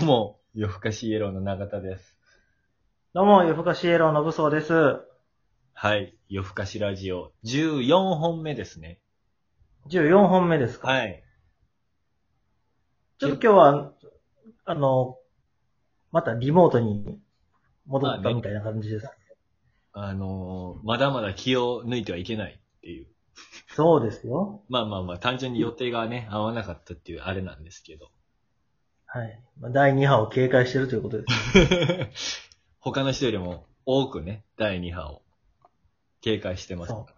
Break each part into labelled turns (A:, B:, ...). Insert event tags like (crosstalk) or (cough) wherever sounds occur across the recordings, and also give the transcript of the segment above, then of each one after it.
A: (laughs) も、夜更かしイエローの永田です。
B: どうも、夜更かしイエローの武装です。
A: はい。夜更かしラジオ、14本目ですね。
B: 14本目ですか。
A: はい。
B: ちょっと今日は、あの、またリモートに戻っ
A: まあ
B: た
A: ね
B: みたいな感じです。
A: あのーまだまだ気を抜いてはいけないっていう。
B: そうですよ。
A: まあまあまあ、単純に予定がね、合わなかったっていうあれなんですけど。 (laughs)
B: はい。まあ第2波を警戒してるということです。
A: 他の人よりも多くね、第2波を警戒してます。
B: そう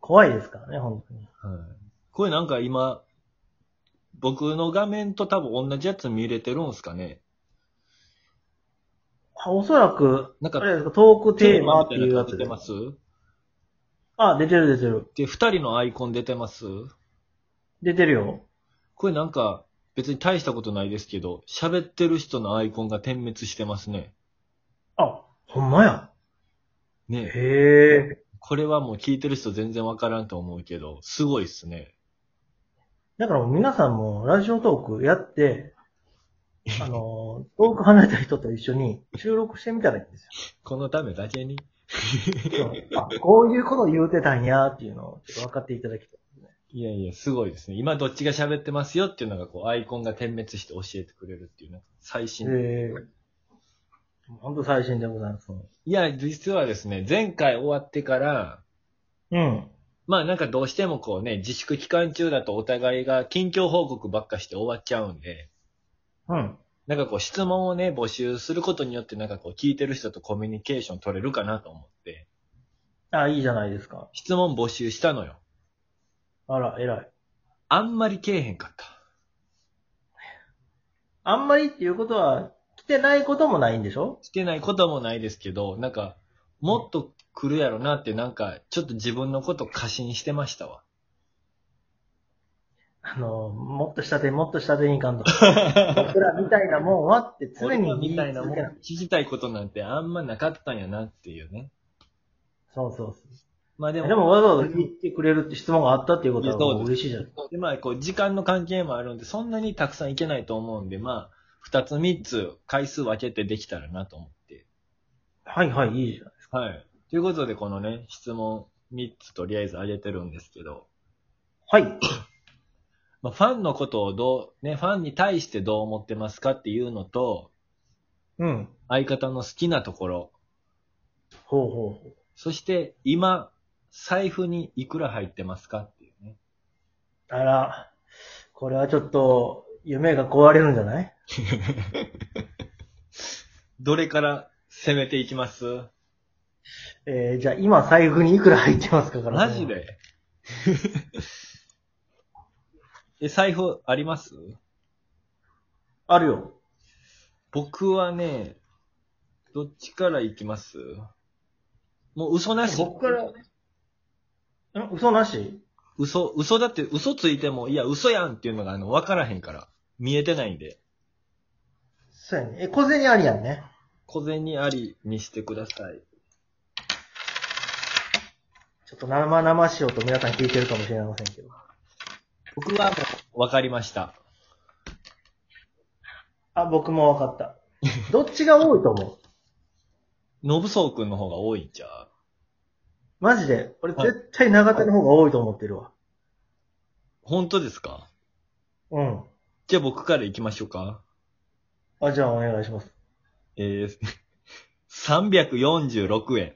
B: 怖いですからね、本当に。
A: はいこれなんか今、僕の画面と多分同じやつ見れてるんすかね
B: あおそらく、
A: なんか
B: あれですか、トークテーマっていうや
A: 出
B: つ
A: て
B: で
A: ます
B: あ、出てる出てる。
A: で、二人のアイコン出てます
B: 出てるよ。
A: これなんか、別に大したことないですけど、喋ってる人のアイコンが点滅してますね。
B: あ、ほんまや。
A: ねえ
B: へえ。
A: これはもう聞いてる人全然わからんと思うけど、すごいっすね。
B: だからもう皆さんもラジオトークやって、あの、遠く離れた人と一緒に収録してみたらいいんですよ
A: このためだけに。
B: あこういうこと言うてたんやっていうのをちょっと分かっていただきたい。
A: いやいや、すごいですね。今どっちが喋ってますよっていうのが、こう、アイコンが点滅して教えてくれるっていう、なんか、最新の
B: ええ本当最新でございます。
A: いや、実はですね、前回終わってから、
B: うん。
A: まあなんかどうしてもこうね、自粛期間中だとお互いが近況報告ばっかして終わっちゃうんで、
B: うん。
A: なんかこう質問をね、募集することによってなんかこう聞いてる人とコミュニケーション取れるかなと思って、
B: あ、いいじゃないですか。
A: 質問募集したのよ。
B: あら、偉い。
A: あんまりけえへんかった。
B: あんまりっていうことは、来てないこともないんでしょ
A: してないこともないですけど、なんか、もっと来るやろなってなんか、ちょっと自分のこと過信してましたわ。
B: あの、もっと下手、もっと下手にいか
A: (laughs)
B: んと。僕らみたいなもんはって常
A: 俺
B: に
A: ら
B: 言い
A: みたいな
B: 続
A: もん、
B: けない。
A: 聞きたいことなんてあんまなかったんやなっていうね。
B: そうそうそ
A: まあで
B: う。
A: も、
B: でもわざわざ聞いてくれるって質問があったっていうことは
A: そうです
B: もう嬉しいじゃん。
A: で、まあ、こう、時間の関係もあるんで、そんなにたくさんいけないと思うんで、まあ、二つ三つ回数分けてできたらなと思って。
B: はいはい、いいじゃん。
A: はい。ということで、このね、質問三つとりあえず上げてるんですけど、
B: はい。
A: まあ、ファンのことをどう、ね、ファンに対してどう思ってますかっていうのと、
B: うん。
A: 相方の好きなところ、
B: ほうほうほう。
A: そして今、財布にいくら入ってますかっていうね。
B: あら、これはちょっと、夢が壊れるんじゃない
A: どれから攻めていきます
B: えー、じゃあ今財布にいくら入ってますかから
A: マジでえ、財布あります
B: あるよ。
A: 僕はね、どっちから行きますもう嘘なし。
B: 僕から、ん嘘なし
A: 嘘、嘘だって嘘ついても、いや嘘やんっていうのがあの、わからへんから。見えてないんで。
B: そうやね。え、小銭ありやんね。
A: 小銭ありにしてください。
B: ちょっと生々しい音皆さん聞いてるかもしれませんけど。
A: 僕はもう、わかりました。
B: あ、僕も分かった。どっちが多いと思う
A: のぶそうくんの方が多いんちゃう
B: マジで。俺
A: はい
B: 絶対長田の方が多いと思ってるわ。
A: 本当ですか
B: うん。
A: じゃあ僕から行きましょうか。
B: あ、じゃあお願いします。
A: えー、346円。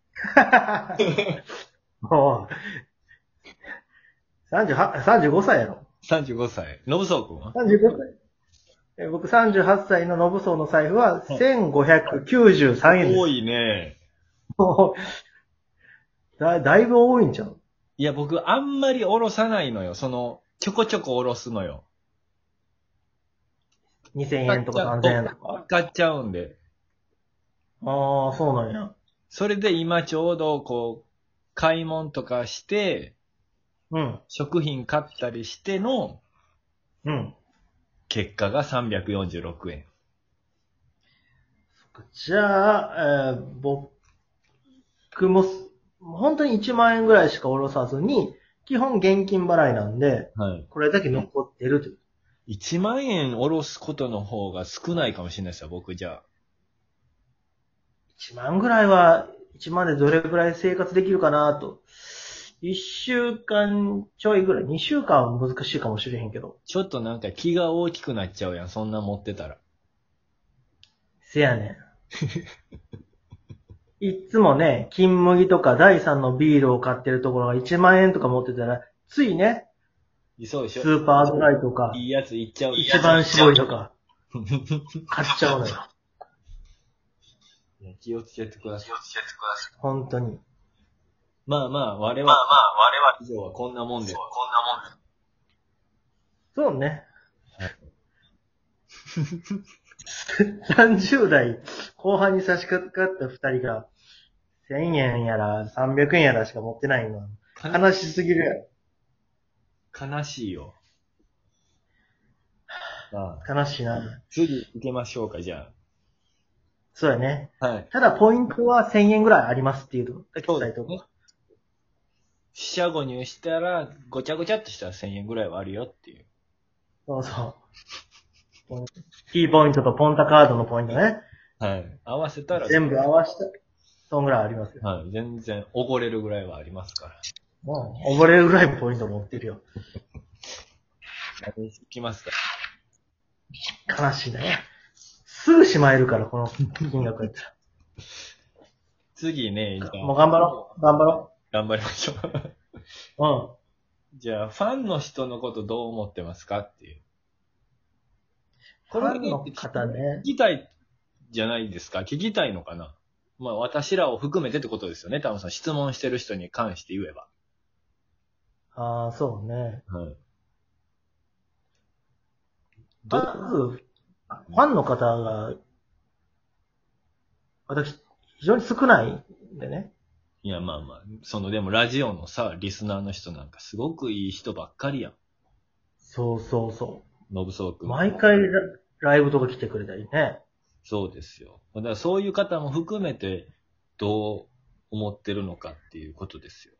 B: (laughs) もう、38 35歳やろ。
A: 35歳。のぶそうくんは
B: 35歳。え僕38歳の信荘の財布は1593円です。
A: 多いね。
B: もう (laughs) だだいぶ多いんちゃう
A: いや、僕、あんまりおろさないのよ。その、ちょこちょこおろすのよ。
B: ?2000 円とか3000円とか。
A: 買っちゃうんで。
B: ああ、そうなんや。
A: それで今ちょうど、こう、買い物とかして、
B: うん。
A: 食品買ったりしての、
B: うん。
A: 結果が346円。
B: じゃあ、えー僕もす、本当に1万円ぐらいしか下ろさずに、基本現金払いなんで、
A: はい。
B: これだけ残ってるという。
A: 1万円下ろすことの方が少ないかもしれないですよ、僕じゃあ。
B: 1万ぐらいは、1万でどれぐらい生活できるかなと。1週間ちょいぐらい、2週間は難しいかもしれへんけど。
A: ちょっとなんか気が大きくなっちゃうやん、そんな持ってたら。
B: せやねん。いっつもね、金麦とか第3のビールを買ってるところが1万円とか持ってたら、ついね、
A: そうで
B: ス
A: しょ
B: ーパーアドライとか、
A: いいやついっちゃう。
B: 一番
A: 白
B: 搾りとか、買っちゃうのよ。
A: 気をつけてください。
B: 本当に。
A: まあまあ、我々は、まあまあ、我々以上はこんなもんで。
B: そうね
A: はい。
B: 30代後半に差し掛かった二人が、1000円やら300円やらしか持ってないのは。悲しすぎるやろ。
A: 悲しいよ。まあ、
B: 悲しいな。
A: 次行けましょうか、じゃ
B: そうやね。
A: あ。はい。
B: ただポイントは1000円ぐらいありますっていうのだけ伝えておこう。
A: 四捨五入したら、ごちゃごちゃっとしたら1000円ぐらいはあるよっていう。
B: そうそう。キーポイントとポンタカードのポイントね。
A: はい。合わせたら、
B: 全部合わせた。そんぐらいありますよ。
A: はい。全然、おごれるぐらいはありますから。
B: もう、溺れるぐらいポイント持ってるよ。
A: 何行きますか。
B: 悲しいね。すぐしまえるから、この金額やったら。
A: 次ね、じゃ
B: もう
A: あ、
B: 頑張ろう。頑張ろ
A: 頑張りましょう。 (laughs)
B: う。うん。
A: じゃあ、ファンの人のことどう思ってますかっていう。これだけ
B: ファンの方ね
A: 聞。きたいじゃないですか聞きたいのかなまあ、私らを含めてってことですよね。多分その質問してる人に関して言えば。
B: ああ、そうね。
A: はい。ど
B: まず、ファンの方が、私、非常に少ないんでね。
A: いや、まあまあ、その、でもラジオのさ、リスナーの人なんかすごくいい人ばっかりやん。
B: そうそうそ
A: ノブソー
B: う。
A: 君。
B: 毎回ラライブとか来てくれたりね。
A: そうですよ。だからそういう方も含めて、どう思ってるのかっていうことですよ。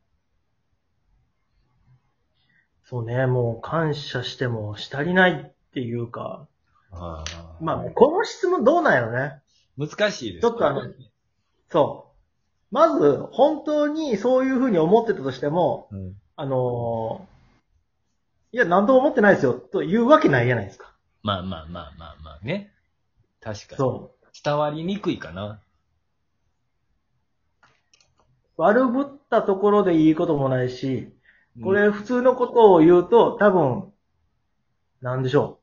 B: そうね、もう感謝してもしたりないっていうか、
A: ああ
B: まあ、この質問どうなんやろね。
A: 難しいです。
B: ちょっとあのそう。まず、本当にそういうふうに思ってたとしても、
A: うん
B: あのーいや、何とも思ってないですよ、というわけないじゃないですか。
A: まあまあまあまあまあね。確かに。
B: そう。
A: 伝わりにくいかな。
B: 悪ぶったところでいいこともないし、これ普通のことを言うと、多分、なんでしょ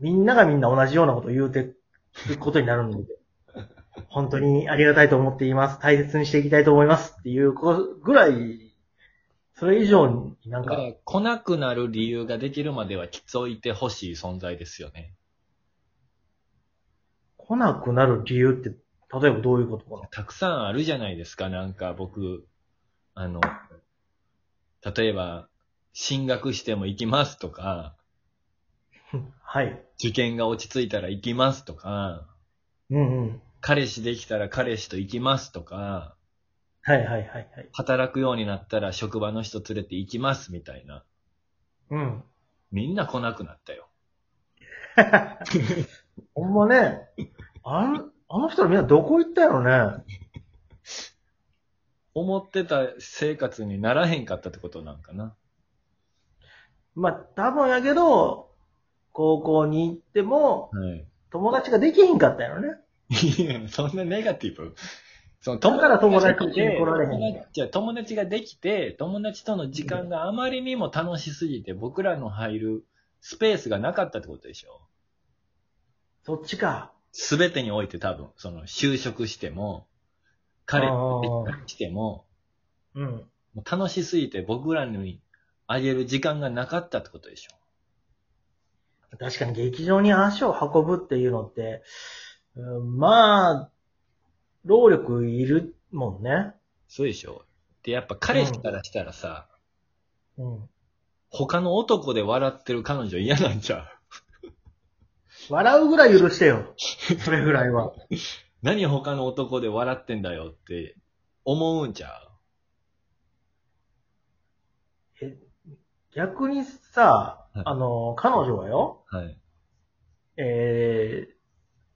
B: う。みんながみんな同じようなことを言うてることにな (laughs) るので、本当にありがたいと思っています。大切にしていきたいと思います。っていうこぐらい、それ以上になん
A: だか
B: か、
A: ら来なくなる理由ができるまではきつおいてほしい存在ですよね。
B: 来なくなる理由って、例えばどういうこと (laughs) かな。
A: たくさんあるじゃないですか、なんか僕、あの、例えば、進学しても行きますとか、
B: はい。
A: 受験が落ち着いたら行きますとか、
B: うんうん。
A: 彼氏できたら彼氏と行きますとか、
B: はいはいはいはい。
A: 働くようになったら職場の人連れて行きますみたいな。
B: うん。
A: みんな来なくなったよ。
B: ほんまね、あの、あの人らみんなどこ行ったやろね。
A: 思ってた生活にならへんかったってことなんかな。
B: まあ、多分やけど、高校に行っても、
A: はい。
B: 友達ができへんかったんやろね。
A: いや、そんなネガティブ。その
B: だから友達
A: ができ
B: に
A: て
B: 来られへん
A: 友達じゃあ友達ができて、友達との時間があまりにも楽しすぎて、僕らの入るスペースがなかったってことでしょ。
B: そっちか。
A: すべてにおいて多分、その就職しても、彼と
B: あ
A: しても、
B: うん。
A: もう楽しすぎて僕らにあげる時間がなかったってことでしょ。
B: 確かに劇場に足を運ぶっていうのって、うん、まあ、労力いるもんね。
A: そうでしょ。で、やっぱ彼氏からしたらさ、
B: うん。
A: 他の男で笑ってる彼女嫌なんちゃう (laughs)
B: 笑うぐらい許してよ。 (laughs) それぐらいは。
A: 何他の男で笑ってんだよって思うんちゃ
B: 逆にさ
A: はい、
B: あの、彼女はよ、
A: うはい。
B: えー、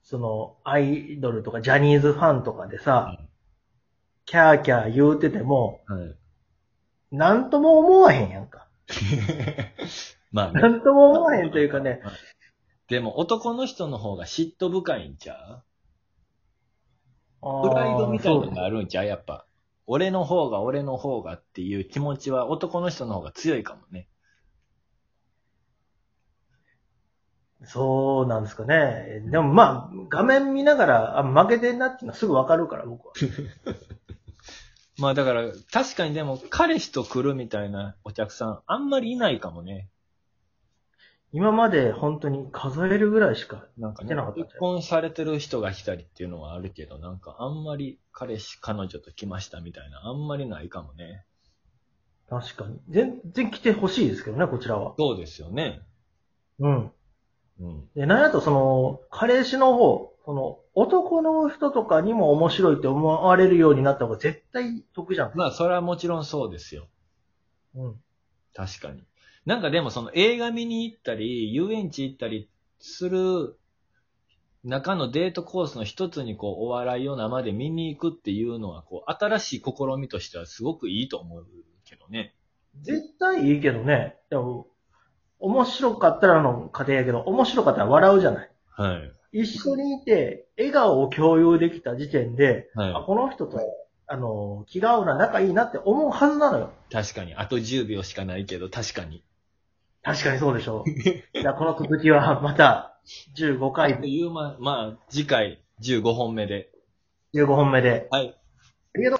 B: その、アイドルとかジャニーズファンとかでさ、キャーキャー言うてても、
A: はい。
B: なんとも思わへんやんか。
A: (laughs) まあ
B: (laughs)
A: ね。
B: なんとも思わへんというかね、
A: はい。でも男の人の方が嫉妬深いんちゃう (laughs) プライドみたいなの
B: あー
A: があるんちゃうやっぱ。俺の方が俺の方がっていう気持ちは男の人の方が強いかもね。
B: そうそうなんですかね。でもまあ、画面見ながら、あ、負けてんなっていうのはすぐわかるから、僕は。
A: まあだから、確かにでも彼氏と来るみたいなお客さんあんまりいないかもね。
B: 今まで本当に数えるぐらいしか。
A: なんか
B: 来て
A: ね
B: なかっ、たんちゃう
A: 結婚されてる人が来たりっていうのはあるけど、なんかあんまり彼氏、彼女と来ましたみたいな、あんまりないかもね。
B: 確かに。全然来てほしいですけどね、こちらは。
A: そうですよね。
B: うん。
A: うん。
B: で、なんやとその、彼氏の方、その、男の人とかにも面白いって思われるようになった方が絶対得じゃん。
A: まあそれはもちろんそうですよ。
B: うん。
A: 確かに。なんかでもその映画見に行ったり、遊園地行ったりする中のデートコースの一つにこうお笑いを生で見に行くっていうのはこう新しい試みとしてはすごくいいと思うけどね。
B: 絶対いいけどね。でも、面白かったらの家庭やけど、面白かったら笑うじゃない。
A: はい。
B: 一緒にいて、笑顔を共有できた時点で、あ
A: は
B: この人と、あの、気が合うな、仲いいなって思うはずなのよ。
A: い。確かに。あと10秒しかないけど、確かに。
B: 確かにそうで (laughs) しょう。じゃあ、この続きはまた15
A: はい。と
B: 回、
A: いうま、まあ、次回15本目で。
B: 15本目で。
A: はい。